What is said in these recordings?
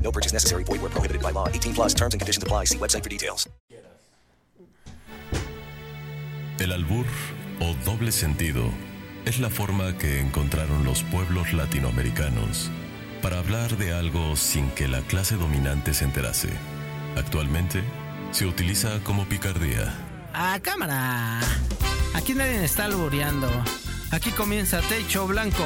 No purchase necessary. Void where prohibited by law. 18 plus terms and conditions apply. See website for details. El albur o doble sentido es la forma que encontraron los pueblos latinoamericanos para hablar de algo sin que la clase dominante se enterase. Actualmente se utiliza como picardía. ¡A cámara! Aquí nadie me está alboreando. Aquí comienza Techo Blanco.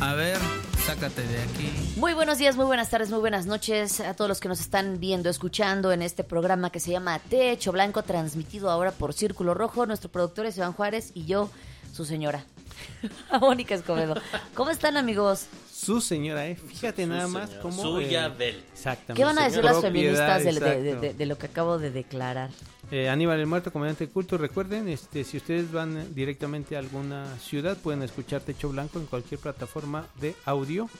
A ver, sácate de aquí. Muy buenos días, muy buenas tardes, muy buenas noches a todos los que nos están viendo, escuchando en este programa que se llama Techo Blanco, transmitido ahora por Círculo Rojo. Nuestro productor es Iván Juárez y yo, su señora, Mónica Escobedo. ¿Cómo están, amigos? Su señora, ¿eh? Fíjate nada más cómo... Suya eh, del. Exactamente. ¿Qué van a decir las Propiedad, feministas del- de, de- exacto. de- de lo que acabo de declarar? Eh, Aníbal el Muerto, comandante del culto. Recuerden, este, si ustedes van directamente a alguna ciudad, pueden escuchar Techo Blanco en cualquier plataforma de audio.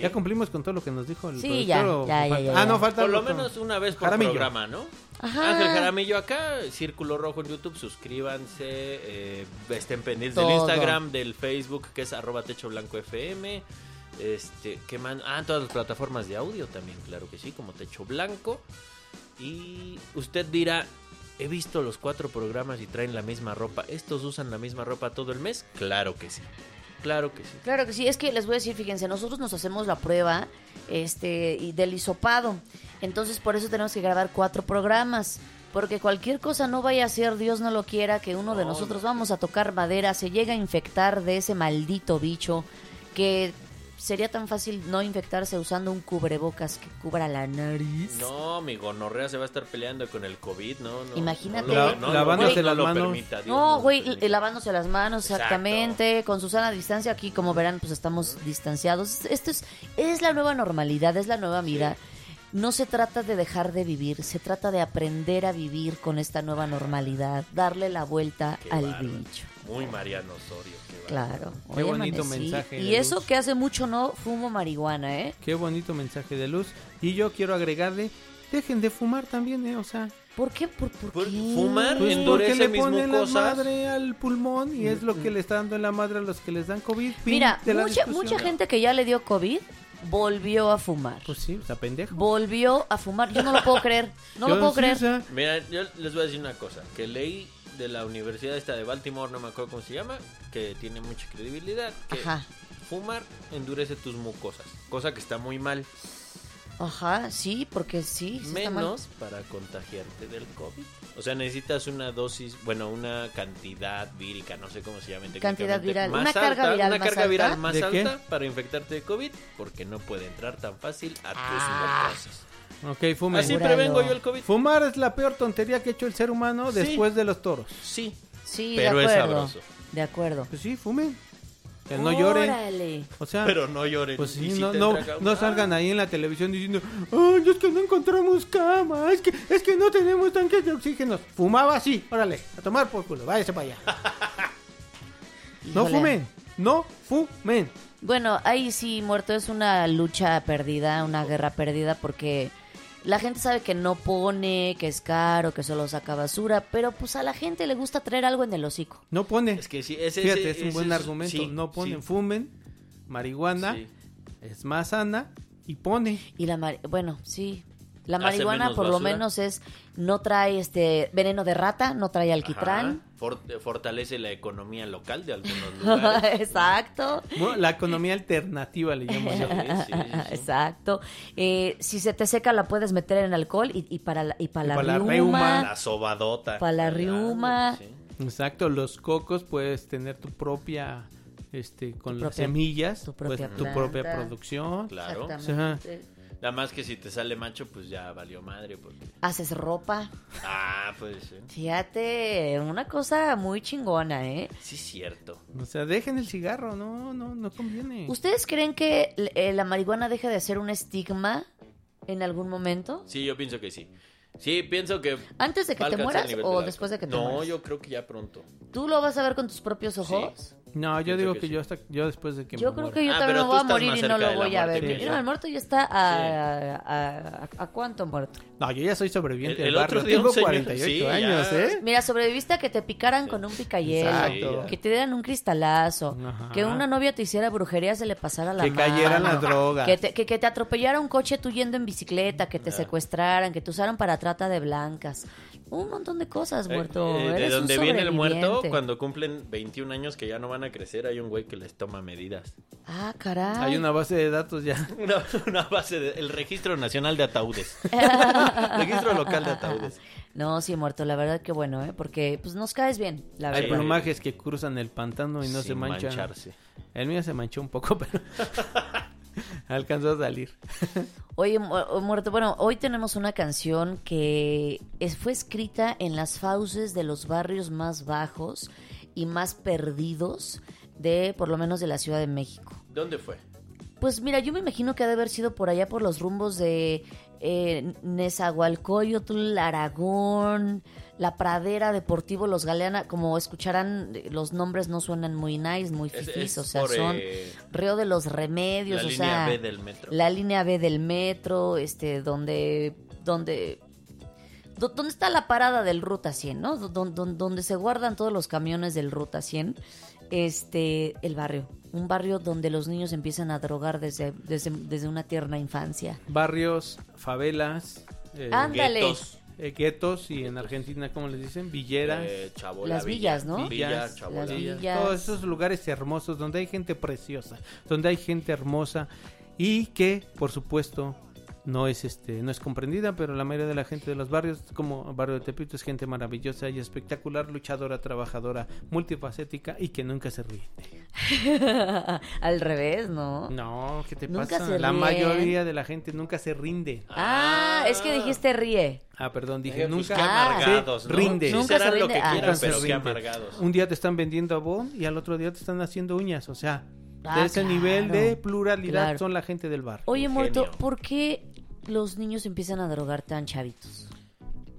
Ya cumplimos con todo lo que nos dijo el Sí, ya, productor, o ya, ya, falta- ya, Ah, no, ya. falta Por lo otro. menos una vez por Jaramillo. programa, ¿no? Ajá. Ángel Jaramillo acá, Círculo Rojo en YouTube, suscríbanse, eh, estén pendientes Todo. del Instagram, del Facebook, que es arroba techo blanco FM. Este, ¿qué man? Ah, en todas las plataformas de audio también, claro que sí, como Techo Blanco. Y usted dirá, he visto los cuatro programas y traen la misma ropa. ¿Estos usan la misma ropa todo el mes? Claro que sí. Claro que sí. Claro que sí, es que les voy a decir, fíjense, nosotros nos hacemos la prueba este, y del hisopado. Entonces, por eso tenemos que grabar cuatro programas. Porque cualquier cosa no vaya a ser, Dios no lo quiera, que uno de No, nosotros vamos a tocar madera, se llega a infectar de ese maldito bicho que sería tan fácil no infectarse usando un cubrebocas que cubra la nariz. No, mi gonorrea se va a estar peleando con el COVID, no, no. Imagínate. No, lo- La- no, no, lavándose no las lo manos. permita, Dios No, lo güey, permita. l- lavándose las manos, Exacto. exactamente, con Susana a distancia, aquí como verán, pues estamos distanciados. Esto es, es la nueva normalidad, es la nueva vida. No se trata de dejar de vivir, se trata de aprender a vivir con esta nueva normalidad, darle la vuelta Qué al bárbaro. bicho. Muy Mariano Osorio. qué bárbaro. Claro. Qué Hoy bonito amanecí. mensaje Y de eso luz. que hace mucho no fumo marihuana, ¿eh? Qué bonito mensaje de luz. Y yo quiero agregarle, dejen de fumar también, ¿eh? O sea, ¿Por qué? ¿Por, por Por- qué? fumar pues Endurece porque le mismo ponen la cosas. madre al pulmón y es lo que le está dando en la madre a los que les dan COVID. Fin Mira, de la mucha, discusión. mucha gente que ya le dio COVID volvió a fumar. Pues sí, está pendejo. volvió a fumar. Yo no lo puedo creer. No lo Yo puedo sí, creer. o sea, Mira, yo les voy a decir una cosa. Que leí de la universidad esta de Baltimore, no me acuerdo cómo se llama, que tiene mucha credibilidad. Que Ajá. fumar endurece tus mucosas. Cosa que está muy mal. Ajá, sí, porque sí. sí está mal. menos para contagiarte del COVID. O sea, necesitas una dosis, bueno, una cantidad vírica, no sé cómo se llama. Cantidad técnicamente, viral. más Una carga alta, viral una más carga alta. viral más ¿De qué? alta para infectarte de COVID porque no puede entrar tan fácil a tus Ah. mucosas. ok, fumen. Así Júralo. prevengo yo el COVID. Fumar es la peor tontería que ha hecho el ser humano Sí. después de los toros. Sí. Sí, Pero de es acuerdo. sabroso. De acuerdo. Pues sí, fumen. Que no lloren. Órale. O sea, Pero no lloren. pues sí, Y si no, te no, entra- no salgan ahí en la televisión diciendo, ay, es que no encontramos cama, es que, es que no tenemos tanques de oxígeno. Fumaba así, órale, a tomar por culo, váyase para allá. No Híjole. fumen, no fumen. Bueno, ahí sí, muerto es una lucha perdida, una guerra perdida, porque La gente sabe que no pone, que es caro, que solo saca basura, pero pues a la gente le gusta traer algo en el hocico. No pone. Es que sí, ese, Fíjate, ese- es un ese buen argumento. sí, no ponen, sí, fumen, marihuana, sí. es más sana y pone. Y la mari- bueno, sí. La Hace marihuana menos por lo basura. menos es no trae este veneno de rata, no trae alquitrán. Ajá. For- fortalece la economía local de algunos lugares. Exacto. Bueno, la economía alternativa le llamo yo. Sí, sí, sí. Exacto. Eh, si se te seca la puedes meter en alcohol y, y para la, y para Y la para la riuma, reuma. La sobadota. pues Pa' la riuma. Sí. Exacto, los cocos puedes tener tu propia, este, con Tu las propia- semillas, tu tu propia propia, tu propia planta. producción. Claro. Exactamente. Nada más que si te sale macho, pues ya valió madre. Porque... Haces ropa. Ah, pues eh. Fíjate, una cosa muy chingona, ¿eh? sí, cierto. O sea, dejen el cigarro, no, no, no conviene. ¿Ustedes creen que eh, la marihuana deja de ser un estigma en algún momento? Sí, yo pienso que sí. Sí, pienso que. ¿Antes de que va a te alcanzar mueras el nivel o del después de que te No, mueras? yo creo que ya pronto. ¿Tú lo vas a ver con tus propios ojos? No, yo Pienso digo que que, sí. yo hasta, yo después de que Yo me creo muera. que yo Ah, también me pero tú voy a estás morir más y no cerca lo de la voy a muerte ver. que Mira, yo. el muerto ya está a, a- a- ¿a cuánto muerto. No, yo ya soy sobreviviente. El- del el otro barrio. día un Tengo señor- 48 sí, ya. años, ¿eh? Mira, sobreviviste a que te picaran con un picayelo, Exacto. que te dieran un cristalazo, Ajá. que una novia te hiciera brujería, se le pasara la Que mano, cayeran las drogas. que te, que, que te atropellara un coche tú yendo en bicicleta, que te secuestraran, que te usaran para trata de blancas. Un montón de cosas, muerto. Eh, eh, de Eres un donde viene el muerto, sobreviviente. cuando cumplen 21 años que ya no van a crecer, hay un güey que les toma medidas. Ah, caray. Hay una base de datos ya. Una, una base del Registro Nacional de Ataúdes. Registro Local de Ataúdes. No, sí, muerto, la verdad que bueno, ¿eh? Porque pues nos caes bien, la Hay verdad. plumajes que cruzan el pantano y no se Sin manchan. mancharse. El mío se manchó un poco, pero alcanzó a salir. Oye, mu- o- muerto, bueno, hoy tenemos una canción que es- fue escrita en las fauces de los barrios más bajos y más perdidos de, por lo menos, de la Ciudad de México. ¿Dónde fue? Pues mira, yo me imagino que ha de haber sido por allá por los rumbos de eh, Nezahualcóyotl, Aragón, la pradera, Deportivo, Los Galeana. Como escucharán, los nombres no suenan muy nice, muy Es- fifís, es o sea, por, son eh, Río de los Remedios, la o línea sea, B del metro. la línea B del metro, este, donde, donde, do- donde está la parada del Ruta 100, ¿no? Do- don- don- donde se guardan todos los camiones del Ruta 100, este, el barrio, un barrio donde los niños empiezan a drogar desde, desde, desde una tierna infancia. Barrios, favelas, eh, Ándale. Guetos, eh, guetos y en Argentina, ¿cómo les dicen? Villeras. eh, Chabola, Las Villa. villas, ¿no? Villa, Villas, Chabola, las Villa. villas. Todos esos lugares hermosos donde hay gente preciosa, donde hay gente hermosa y que, por supuesto, no es este, no es comprendida, pero la mayoría de la gente de los barrios, como barrio de Tepito, es gente maravillosa y espectacular, luchadora, trabajadora, multifacética y que nunca se ríe. Al revés, ¿no? No, ¿qué te Nunca pasa? se la ríen. mayoría de la gente nunca se rinde. Ah, es que dijiste ríe. Ah, perdón, dije Eh, pues, nunca. qué Ah. amargados, se ¿no? rinde. Sí, Nunca serán se lo rinde. que Ah. quieran, Nunca se pero qué rinde. amargados. Un día te están vendiendo abón y al otro día te están haciendo uñas, o sea, Ah, de ese claro. nivel de pluralidad Claro. son la gente del barrio. Oye, muerto, Ingenio. ¿por qué los niños empiezan a drogar tan chavitos?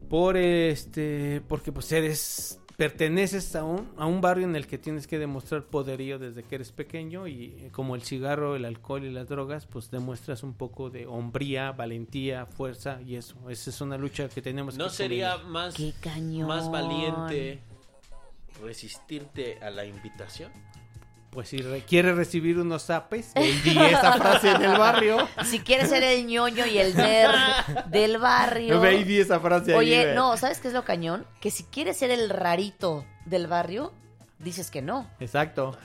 Por este, porque pues eres, perteneces a un, a un barrio en el que tienes que demostrar poderío desde que eres pequeño y eh, como el cigarro, el alcohol y las drogas, pues demuestras un poco de hombría, valentía, fuerza y eso. Esa es una lucha que tenemos. ¿No que sería convivir. más, Qué cañón. más valiente resistirte a la invitación? Pues si re- quiere recibir unos zapes, el día esa frase en el barrio. Si quieres ser el ñoño y el nerd del barrio. Ve y di esa frase ahí, Oye, ve. no, ¿sabes qué es lo cañón? Que si quieres ser el rarito del barrio, dices que no. Exacto.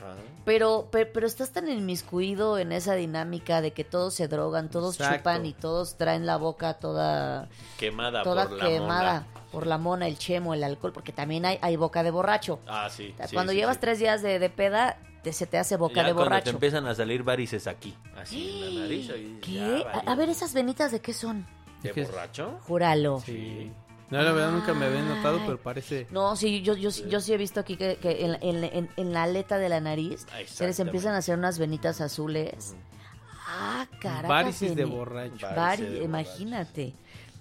Pero, pe- pero, estás tan inmiscuido en esa dinámica de que todos se drogan, todos Exacto. chupan y todos traen la boca toda, Quemada toda por la quemada mona. por la mona, el chemo, el alcohol, porque también hay, hay boca de borracho. Ah, sí. sí, cuando sí, llevas sí. tres días de, de peda, te- se te hace boca Ya de cuando borracho. te empiezan a salir varices aquí, así en la nariz. ahí ¿Qué? ya A, valió. a ver, esas venitas de qué son? ¿De borracho? Júralo. Sí. No, la verdad nunca me había notado, pero parece. No, sí, yo, yo, sí- yo sí he visto aquí que, que en, en- en- en la aleta de la nariz se les Exactamente. empiezan a hacer unas venitas azules. Ah, carajo. Varices de borracho. Varices de borracho. imagínate.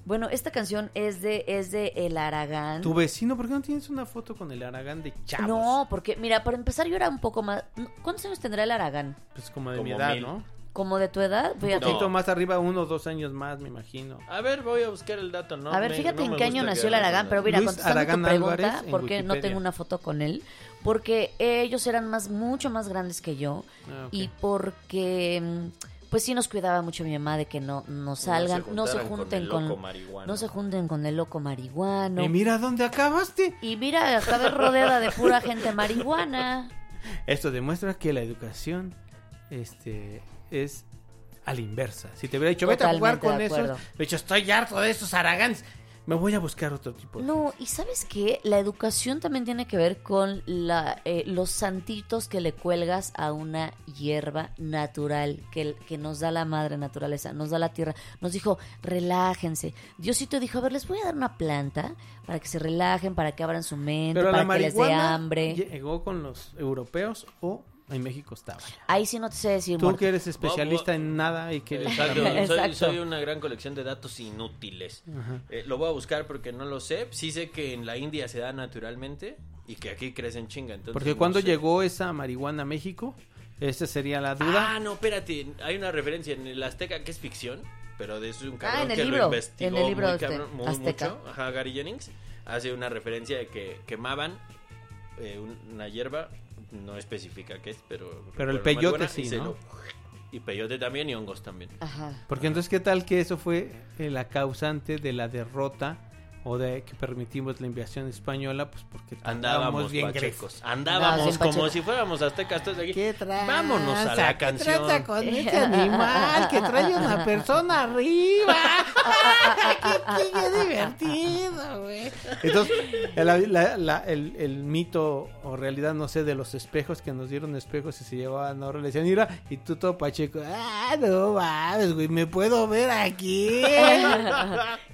Bueno, esta canción es de, es de El Aragán. Tu vecino, ¿por qué no tienes una foto con el Aragán de chavos? No, porque, mira, para empezar yo era un poco más... ¿Cuántos años tendrá El Aragán? Pues como de mi Como edad, mil. ¿no? como de tu edad, Un fíjate. poquito No. más arriba, uno o dos años más, me imagino. A ver, voy a buscar el dato, ¿no? a ver, me- fíjate no en me qué año gusta nació el quedarme Aragán, con- pero mira, Luis contestando Aragán tu pregunta, Álvarez en ¿por qué no Wikipedia. tengo una foto con él? Porque eh, ellos eran más, mucho más grandes que yo Ah, ok. y porque, mm, pues sí nos cuidaba mucho mi mamá de que no, no salgan, no se, juntaran con junten el con, loco marihuano. no se junten con el loco marihuano. Y mira dónde acabaste. Y mira, acabé rodeada de pura gente marihuana. Esto demuestra que la educación este, es a la inversa. Si te hubiera dicho, vete a jugar Totalmente con de esos, acuerdo. me he dicho, estoy harto de esos araganes. Me voy a buscar otro tipo. de No, y sabes que la educación también tiene que ver con la, eh, los santitos que le cuelgas a una hierba natural que, el- que nos da la madre naturaleza, nos da la tierra. Nos dijo, relájense. Diosito dijo, a ver, les voy a dar una planta para que se relajen, para que abran su mente, Pero la para que les dé marihuana hambre. llegó con los europeos o en México estaba. Ahí sí no te sé decir, Tú Mort. que eres especialista en nada y que eres Exacto, también- soy, Exacto. soy una gran colección de datos inútiles. Eh, lo voy a buscar porque no lo sé. Sí sé que en la India se da naturalmente y que aquí crecen chinga. Entonces Porque no cuando sé. llegó esa marihuana a México, esa sería la duda. Ah, no, espérate. Hay una referencia en el Azteca que es ficción, pero de eso es un cabrón Ah, en el que libro, lo investigó en el libro muy, este, cabrón, muy Azteca. mucho. Ajá, Gary Jennings hace una referencia de que quemaban eh, un- una hierba, no especifica qué es, pero... Pero el recuerdo peyote marihuana, sí, y se ¿no? lo- y peyote también y hongos también. Ajá. Porque entonces, ¿qué tal que eso fue eh, la causante de la derrota o de que permitimos la invasión española? Pues porque Andábamos estábamos bien gringos. pachecos. Andábamos Andábamos bien como pachecos. si fuéramos aztecas todos aquí. ¿Qué tranza? Vámonos a la Ah, ¿Qué canción. tranza con este animal que trae una persona arriba? ¡Qué, qué- qué divertido, güey! Entonces, la- la- la- el, el mito o realidad, no sé, de los espejos que nos dieron espejos y se llevaban ahora, le decían, mira, y tú todo pacheco, ¡ah, no mames, güey! ¿Me puedo ver aquí?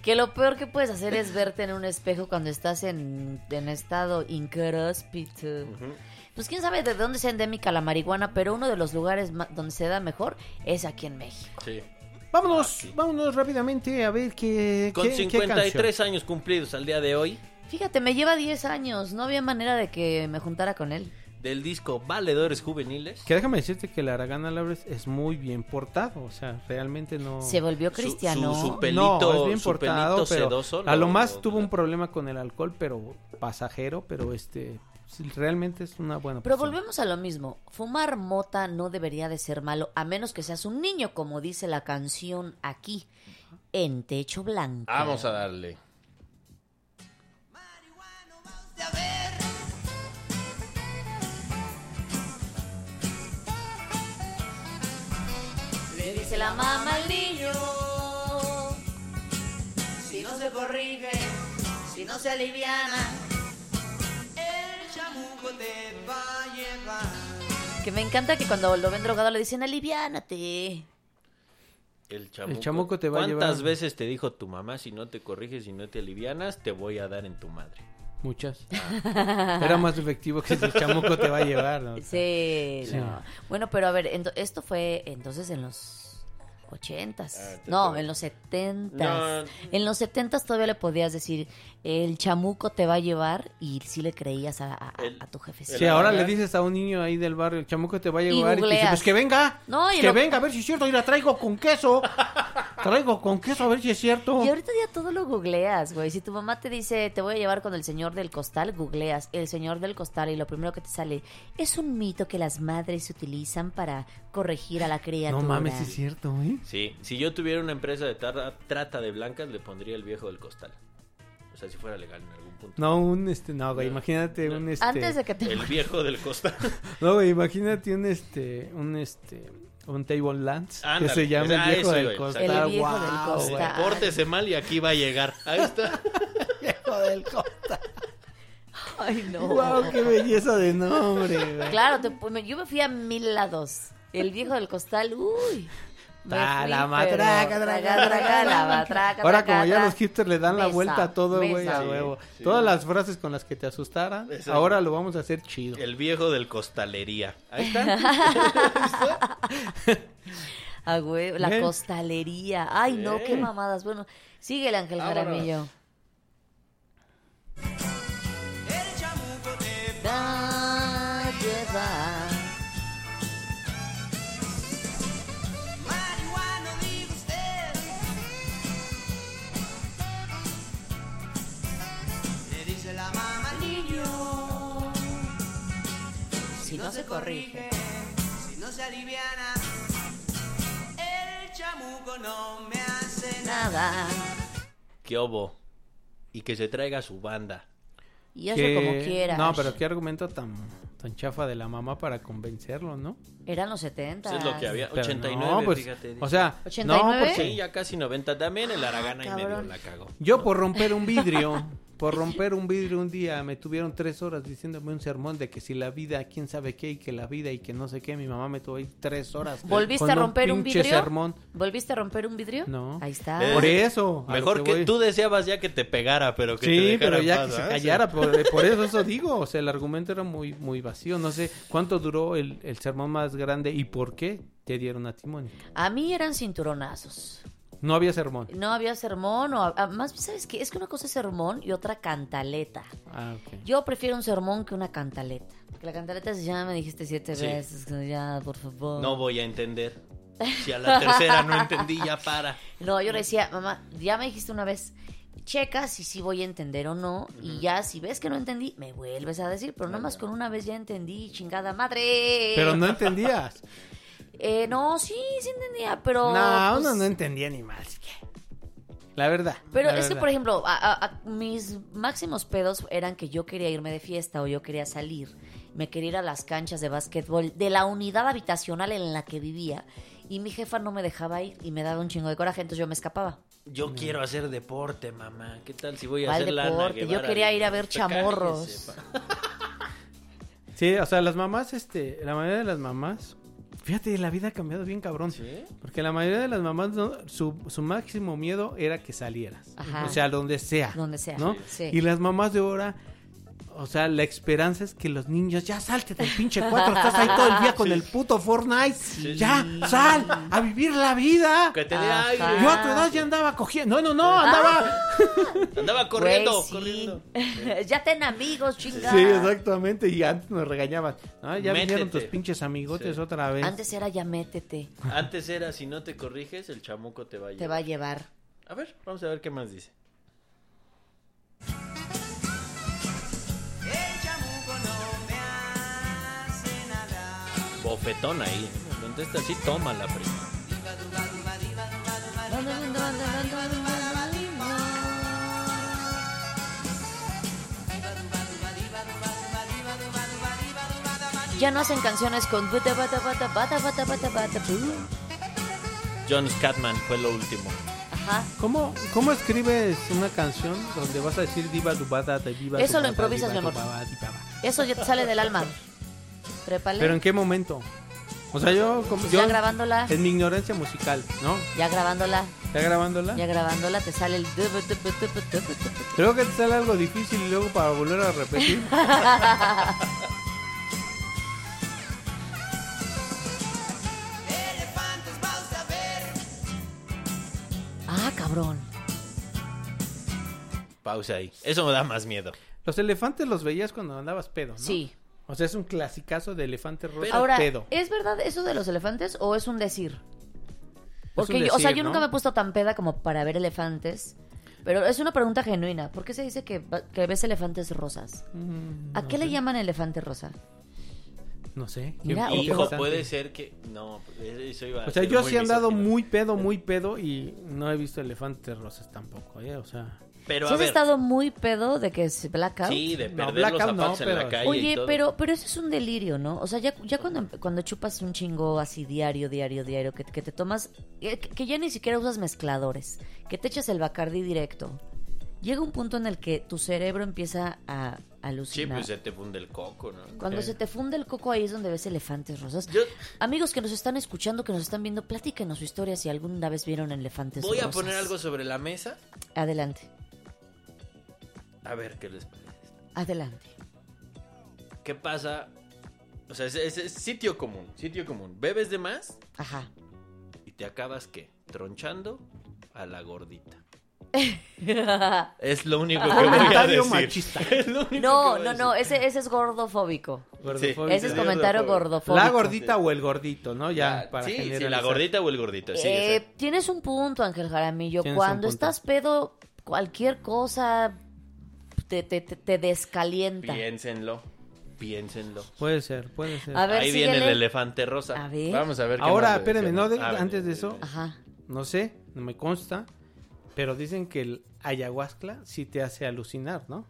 Que lo peor que puedes hacer es verte en un espejo cuando estás en, en estado incróspito. Pues quién sabe de dónde sea endémica la marihuana, pero uno de los lugares ma- donde se da mejor es aquí en México. Sí. Vámonos, vámonos rápidamente a ver qué. Con qué- qué 53 años cumplidos al día de hoy, Fíjate, me lleva 10 años, no había manera de que me juntara con él. del disco Valedores Juveniles. Que déjame decirte que el Aragán Álvarez es muy bien portado, o sea, realmente no... Se volvió Oh. Su- cristiano. su- su pe- no, pelito- es bien su portado, pelito pero sedoso, a lo no- más no- tuvo un problema con el alcohol, pero pasajero, pero este sí, realmente es una buena Pero persona. volvemos a lo mismo, fumar mota no debería de ser malo, a menos que seas un niño, como dice la canción aquí, en techo blanco. Vamos a darle. Le dice la mamá al niño. Si no se corrige, si no se aliviana. Que me encanta que cuando lo ven drogado le dicen aliviánate. El chamuco, El chamuco te va a ¿Cuántas llevar- veces te dijo tu mamá si no te corriges y no te alivianas, te voy a dar en tu madre? Muchas. Era más efectivo que el chamuco te va a llevar. ¿no? Sí, Sí. no. Bueno, pero a ver, ento- esto fue entonces en los ochentas. Ah, te- no, te- en los setentas. No. En los setentas todavía le podías decir, el chamuco te va a llevar y si le creías a, a- a- El- a tu jefecito. Si ahora le dices a un niño ahí del barrio, el chamuco te va a llevar y, te dice, googleas. pues que venga, No, y que lo- venga, a ver si es cierto, y la traigo con queso, traigo con queso, a ver si es cierto. Y ahorita ya todo lo googleas, güey. Si tu mamá te dice, te voy a llevar con el señor del costal, googleas el señor del costal y lo primero que te sale es un mito que las madres utilizan para corregir a la criatura. No mames, sí es cierto, ¿eh? Sí, si yo tuviera una empresa de tarra- trata de blancas, le pondría el viejo del costal. O sea, si fuera legal en algún punto. No, un este, no, güey, No, imagínate no. un este. Antes de que te... El viejo del costal. No, güey, imagínate un este, un este, un table dance que Ándale, se llama ah, el viejo eso, del güey, costal. El viejo Guau, del güey. costal. Pórtese mal y aquí va a llegar. Ahí está. Viejo del costal. Ay, no. Guau, qué belleza de nombre, güey. Claro, te- pues, me- yo me fui a mil lados. El viejo del costal, uy. me Ta, fui, la pero matraca, traca, traca, traca, la traca. matraca, Ahora traca, como ya traca. los hipsters le dan la Mesa, vuelta a todo, güey, mesa. a huevo. Todas las frases con las que te asustaran, Exacto. ahora lo vamos a hacer chido. El viejo del costalería. Ahí está. Ah, güey, la Bien. costalería. Ay, no, qué mamadas. Bueno, sigue el Ángel Jaramillo. Va a llevar. Si no se corrige. si no se aliviana, el chamuco no me hace Nada. ¿Qué obo? Y que se traiga su banda. Y hazlo como quieras. No, pero qué argumento tan, tan chafa de la mamá para convencerlo, ¿no? Eran los 70. Eso es Ah. lo que había. Pero 89, no, pues, fíjate. O sea, no, 89. Sí, porque ya casi 90. También el Aragana y medio ¿Eh? Ah, cabrón. la cagó. yo por romper un vidrio, por romper un vidrio un día, me tuvieron tres horas diciéndome un sermón de que si la vida, quién sabe qué, y que la vida y que no sé qué, mi mamá me tuvo ahí tres horas. ¿Volviste con a romper un, pinche vidrio? sermón. ¿Volviste a romper un vidrio? No. Ahí está. Eh, Por eso. a lo Mejor que, voy. tú deseabas ya que te pegara, pero que te Sí, dejara pero en ya paz, que se ¿ah? callara, por, por eso eso digo, o sea, el argumento era muy muy vacío, no sé cuánto duró el, el sermón más grande y por qué te dieron a ti, Mónica. A mí eran cinturonazos. No había sermón. No había sermón o... a- Más, ¿sabes qué? Es que una cosa es sermón y otra cantaleta. Ah, ok. Yo prefiero un sermón que una cantaleta. Que la cantaleta se llama, me dijiste siete Sí. veces, que ya, por favor. No voy a entender. Si a la tercera no entendí, ya para. No, yo le decía, mamá, ya me dijiste una vez, checa si sí voy a entender o no, y ya si ves que no entendí, me vuelves a decir, pero nada más con una vez ya entendí, chingada madre. Pero no entendías. Eh, no, sí, sí entendía, pero... no, uno pues, no entendía ni mal. así que- La verdad. Pero la es que, verdad. por ejemplo, a- a- a- mis máximos pedos eran que yo quería irme de fiesta o yo quería salir. Me quería ir a las canchas de básquetbol de la unidad habitacional en la que vivía. Y mi jefa no me dejaba ir y me daba un chingo de coraje, entonces yo me escapaba. Yo quiero hacer deporte, mamá. ¿Qué tal si voy a ¿Cuál hacer lana, deporte? Yo Guevara? quería ir a ver Pues, chamorros. cállese, pa. Sí, o sea, las mamás, este, la mayoría de las mamás, fíjate, la vida ha cambiado bien cabrón. ¿Sí? Porque la mayoría de las mamás, ¿no? su, su máximo miedo era que salieras. Ajá. O sea, donde sea. Donde sea, ¿no? sí. Y las mamás de ahora, o sea, la esperanza es que los niños, ya salte del pinche cuatro, estás ahí todo el día con el puto Fortnite. Ya, sal, a vivir la vida. Que te dé aire. Ajá. Yo a tu edad ya andaba cogiendo. No, no, Ah, no, andaba. Andaba corriendo, Güey, sí. corriendo. ya ten amigos, chingada. Sí, exactamente. Y antes nos regañaban. Ah, ya vinieron Métete. tus pinches amigotes Sí. otra vez. Antes era ya métete, Antes era, si no te corriges, el chamuco te va a te llevar. va a llevar. A ver, vamos a ver qué más dice. El chamuco no me hace nada. Bofetón ahí. ¿eh? Contesta así, toma la prima. Ya no hacen canciones con bata, bata, bata, bata, bata, bata, bata, bu. John Scatman fue lo último. Ajá. ¿Cómo, ¿Cómo escribes una canción donde vas a decir diva dubada de diva Eso lo dubada, improvisas, diva mi amor. dubaba, dibaba"? Eso ya te sale del alma. Prepale. ¿Pero en qué momento? O sea, yo... como- Pues yo ya grabándola. En mi ignorancia musical, ¿no? Ya grabándola, ¿Está grabándola? ya grabándola te sale el. Creo que te sale algo difícil y luego para volver a repetir. Elefantes vas a ver. Ah, cabrón. Pausa ahí. Eso me da más miedo. los elefantes los veías cuando andabas pedo, ¿no? Sí. O sea, es un clasicazo de elefante rosa Ahora, eh, pedo. ¿es verdad eso de los elefantes o es un decir? Porque un yo- o sea, decir, yo ¿no? nunca me he puesto tan peda como para ver elefantes. Pero es una pregunta genuina. ¿Por qué se dice que, va- que ves elefantes rosas? ¿A qué le llaman elefante rosa? Mm, No sé. Mira, Ah, ok. Hijo, interesante. puede ser que. No, eso iba a O sea, ser yo muy sí he andado misógino. muy pedo, muy pedo y no he visto elefantes rosas tampoco, ¿eh? O sea... Pero ¿Sí a has ver. estado muy pedo de que es blackout? Sí, de No, perder los blackout no, zapatos en la pero- calle. y Oye, todo. pero, pero eso es un delirio, ¿no? O sea, ya, ya cuando, cuando chupas un chingo así diario, diario, diario, que, que te tomas, eh, que, que ya ni siquiera usas mezcladores, que te echas el Bacardi directo, llega un punto en el que tu cerebro empieza a Sí, alucinar. pues se te funde el coco, ¿no? Cuando Ok. se te funde el coco ahí es donde ves elefantes rosas. Yo Amigos que nos están escuchando, que nos están viendo, platíquenos su historia si alguna vez vieron elefantes voy a rosas. poner algo sobre la mesa. Adelante, A ver qué les parece. adelante. ¿Qué pasa? O sea, es, es- es sitio común, sitio común. Bebes de más Ajá. y te acabas, ¿qué? Tronchando a la gordita. Es lo único Ah, que voy a Comentario decir. machista. Es lo único No, que voy no, a no, decir. ese, ese es gordofóbico. Gordofóbico. Ese es comentario gordofóbico. La gordita o el gordito, ¿no? Ya, para sí, sí, generalizar. la gordita o el gordito. Sí, Eh, exacto. tienes un punto, Ángel Jaramillo. Tienes un Cuando punto. estás pedo, cualquier cosa te, te- te- te descalienta. Piénsenlo. Piénsenlo. Puede ser, puede ser. A ver, Ahí síguele. viene el elefante rosa. A ver. Vamos a ver. qué Ahora, más le espérenme, decían. no, de- A ver, antes de eh, eso, Ajá. no sé, no me consta, pero dicen que el ayahuasca sí te hace alucinar, ¿no?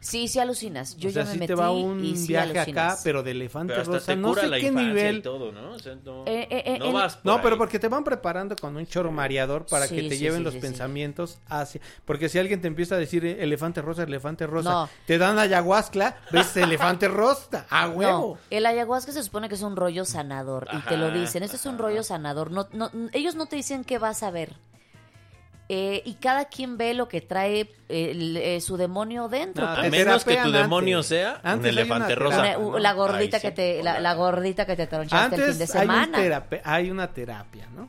Sí, sí alucinas. Yo o sea, ya me sí metí te va un y sí viaje alucinas. acá, pero de elefante Pero hasta rosa, te no cura sé la qué infancia y nivel. todo, ¿no? O sea, no, Eh, eh, eh, no en- vas por No, pero ahí. porque te van preparando con un choro mareador para Sí, que te sí, lleven sí, los sí, sí. pensamientos hacia. Porque si alguien te empieza a decir eh, elefante rosa, elefante rosa, No. te dan ayahuasca, ves elefante rosa, a huevo. No, el ayahuasca se supone que es un rollo sanador y te lo Ajá, dicen. Esto es un ajá. rollo sanador. No, no, n- ellos no te dicen qué vas a ver. Eh, y cada quien ve lo que trae eh, el- eh, su demonio dentro. No, A te pues. menos que tu terapean demonio sea un hay una elefante terapia, rosa. Una- u- la ¿no? gordita Ay, que sí, te la, hola. la gordita que te tronchaste el fin de Antes hay, un semana. terape- hay una terapia, ¿no?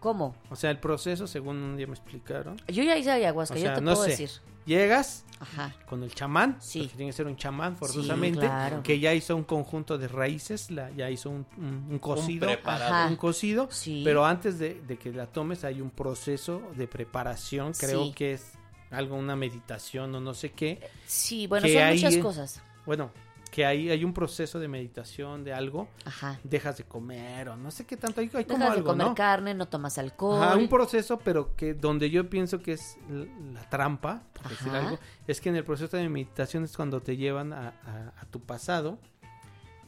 ¿Cómo? O sea, el proceso, según un día me explicaron. Yo ya hice ayahuasca, O sea, yo te no puedo sé. decir. Llegas Ajá. con el chamán, Sí. porque tiene que ser un chamán forzosamente, claro. que ya hizo un conjunto de raíces, la, ya hizo un, un- un cocido, preparado. Ajá. un cocido, Sí. pero antes de, de que la tomes hay un proceso de preparación, creo Sí. que es algo, una meditación o no sé qué, Sí, bueno, Que son ahí muchas es- cosas. bueno, que ahí hay un proceso de meditación de algo, Ajá. dejas de comer o no sé qué tanto, hay, hay como Dejas de algo, comer ¿no? carne, no tomas alcohol. Ajá, un proceso, pero que donde yo pienso que es l- la trampa, por decir Ajá. algo, es que en el proceso de meditación es cuando te llevan a, a- a tu pasado.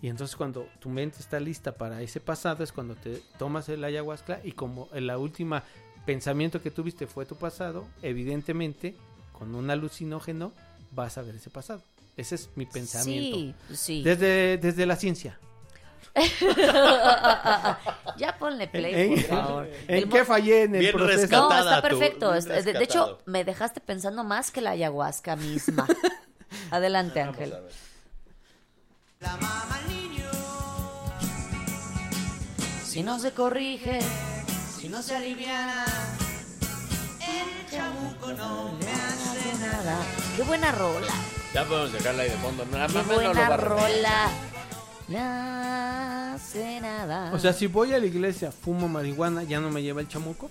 Y entonces cuando tu mente está lista para ese pasado es cuando te tomas el ayahuasca y como el la última pensamiento que tuviste fue tu pasado, evidentemente con un alucinógeno vas a ver ese pasado. Ese es mi pensamiento. Sí, sí. Desde, desde la ciencia. ya ponle play, ¿En, por favor. en El qué mo- fallé en el Bien proceso? No, Rescatada está tú, perfecto. Es- es- de- de hecho, rescatado. me dejaste pensando más que la ayahuasca misma. Adelante, Ángel. La mama al niño, Si no se corrige, si no se aliviana, el chamuco no me hace nada. nada. Qué buena rola. Ya podemos dejarla ahí de fondo. La mamá Qué no lo va buena a repetir. rola. No hace nada. O sea, si voy a la iglesia, fumo marihuana, ya no me lleva el chamuco.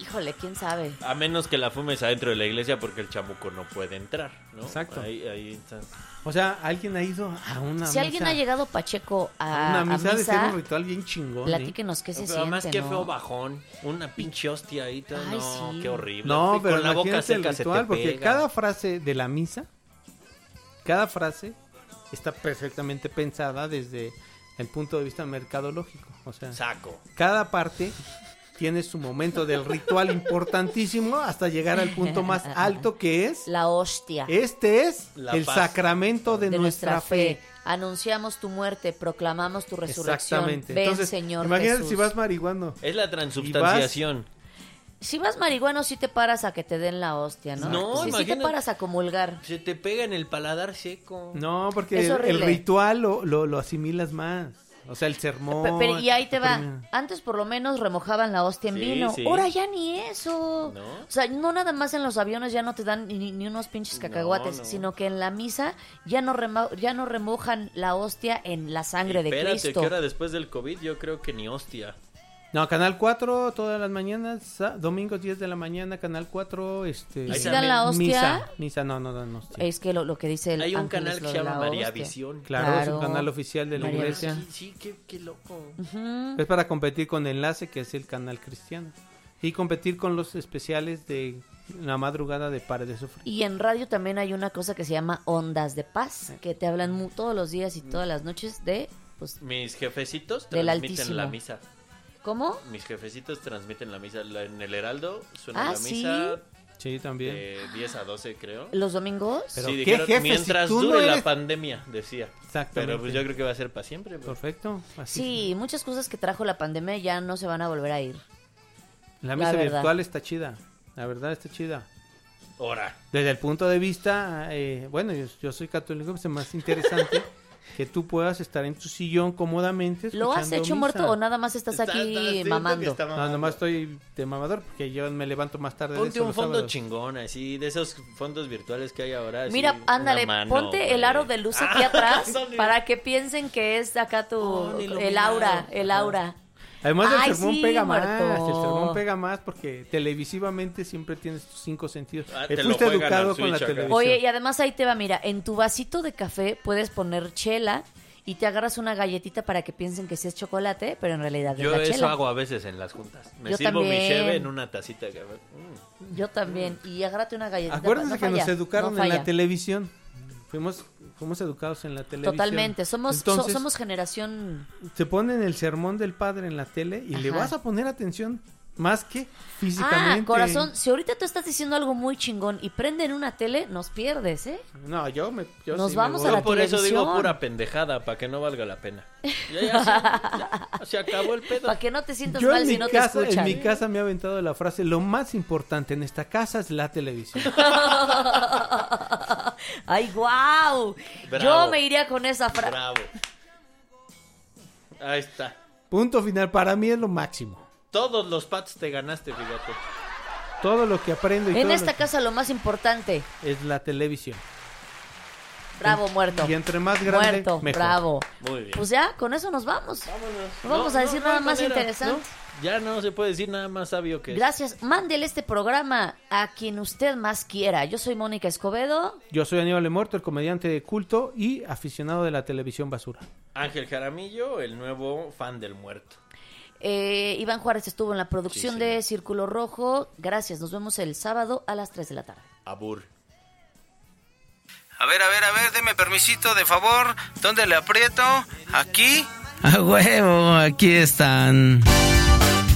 híjole, quién sabe. A menos que la fumes adentro de la iglesia porque el chamuco no puede entrar, ¿no? Exacto. Ahí, ahí está. O sea, alguien ha ido a una Si alguien misa? ha llegado Pacheco a, a una misa, a de ser misa, un ritual bien chingón. ¿eh? platíquenos qué se siente. Además, qué ¿no? feo bajón. Una pinche hostia ahí. todo, Ay, no, sí. qué horrible. No, Y pero con la boca imagínate el seca se ritual, te porque pega. cada frase de la misa, cada frase está perfectamente pensada desde el punto de vista mercadológico. O sea, Saco. cada parte tiene su momento del ritual importantísimo hasta llegar al punto más alto que es. La hostia. Este es La el paz. sacramento de, de nuestra, fe. Anunciamos tu muerte, proclamamos tu resurrección. Ven, Señor imagínate Jesús. si vas marihuano. Es la transubstanciación. Si vas marihuano, sí te paras a que te den la hostia, ¿no? No, sí, sí te imagínate. paras a comulgar. Se te pega en el paladar seco. No, porque Es el, el horrible. ritual lo, lo, lo asimilas más. O sea, el sermón. Pe- pero- y ahí te la va. primera. Antes por lo menos remojaban la hostia en Sí, vino. sí. Ahora ya ni eso. ¿No? O sea, no nada más en los aviones ya no te dan ni, ni unos pinches cacahuates, No, no. sino que en la misa ya no, rema- ya no remojan la hostia en la sangre de Espérate, Cristo. que ahora después del COVID yo creo que ni hostia. No, Canal 4 todas las mañanas, sa- domingos 10 de la mañana, Canal 4, este... Y Ahí si dan la hostia, Misa, misa, no, no, no, no. sí. es que lo, lo que dice el Hay un ángel es canal que lo se de llama la María hostia. Visión. Claro, es un claro. canal oficial de la María iglesia. Sí, sí, qué, qué loco. Ujú. Es para competir con Enlace, que es el canal cristiano. Y competir con los especiales de la madrugada de Pare de Sufrir. Y en radio también hay una cosa que se llama Ondas de Paz, que te hablan mu- todos los días y Mm. todas las noches de, pues, Mis jefecitos Del transmiten la Altísimo. misa. ¿cómo? Mis jefecitos transmiten la misa. La- en el Heraldo suena Ah, la ¿sí? misa Sí, también. de 10 a 12, creo. Los domingos. Pero Eh, sí, ¿qué dijeron, jefe? Si mientras tú no dure eres- la pandemia, decía. Exactamente. Pero pues yo creo que va a ser para siempre. pues, güey. Perfecto. Así Sí, muchas cosas que trajo la pandemia ya no se van a volver a ir. La La misa verdad. virtual está chida. La verdad está chida. Ahora. Desde el punto de vista, eh, bueno, yo, yo soy católico, pues es más interesante que tú puedas estar en tu sillón cómodamente. ¿Lo has escuchando misa. hecho muerto o nada más estás Está- aquí está- está- mamando? está No, nomás estoy de mamador porque yo me levanto más tarde. de Ponte eso un los fondo sábados. chingón, así, de esos fondos virtuales que hay ahora. así, Mira, una ándale, mano, ponte güey. el aro de luz aquí Ah, Oh, atrás son- para que piensen que es acá tu Son el aura, iluminados. el aura. Además, el Ay, sermón sí, pega más. Marco. El sermón pega más porque televisivamente siempre tienes tus cinco sentidos. Ah, Eh, te lo fuiste juegan al educado con la switch acá. televisión. Oye, y además ahí te va, mira, en tu vasito de café puedes poner chela y te agarras una galletita para que piensen que sí es chocolate, pero en realidad Yo es la eso chela. hago a veces en las juntas. Me Yo sirvo mi también. cheve en una tacita de café. Mm. Yo también. Y agárrate una galletita. Acuérdense no que nos falla, educaron no en la falla. televisión. Fuimos, fuimos educados en la televisión. Totalmente. Somos, so- Entonces, somos generación. Te ponen el sermón del padre en la tele y le Ajá. vas a poner atención más que Ah, físicamente. corazón, si ahorita tú estás diciendo algo muy chingón y prenden una tele, nos pierdes, ¿eh? No, yo me. yo Nos sí me vamos voy. a la Yo por eso digo televisión. pura pendejada, para que no valga la pena. Ya, ya se, ya, se acabó el pedo. Para que no te sientas Yo mal en si mi no te casa, en escuchan. ¿eh? mi casa me ha aventado la frase, lo más importante en esta casa es la televisión. Ay, wow. Bravo. Yo me iría con esa frase. Bravo. Ahí está. Punto final, para mí es lo máximo. Todos los pats te ganaste, fíjate. Todo lo que aprendo y En todo lo esta que- casa lo más importante. es la televisión. Bravo, muerto. Y entre más grande, muerto, mejor. bravo. Muy bien. Pues ya, con eso nos vamos. Pues, No vamos No, a decir no, nada no hay más manera, interesante. ¿no? Ya no se puede decir nada más sabio que eso. Gracias. Mándele este programa a quien usted más quiera. Yo soy Mónica Escobedo. Yo soy Aníbal Lemorto, el comediante de culto y aficionado de la televisión basura. Ángel Jaramillo, el nuevo fan del muerto. Eh, Iván Juárez estuvo en la producción Sí, de Círculo Rojo. Gracias. Nos vemos el sábado a las 3 de la tarde. Abur. A ver, a ver, a ver, deme permisito, de favor. ¿Dónde le aprieto? ¿Aquí? A huevo, aquí están.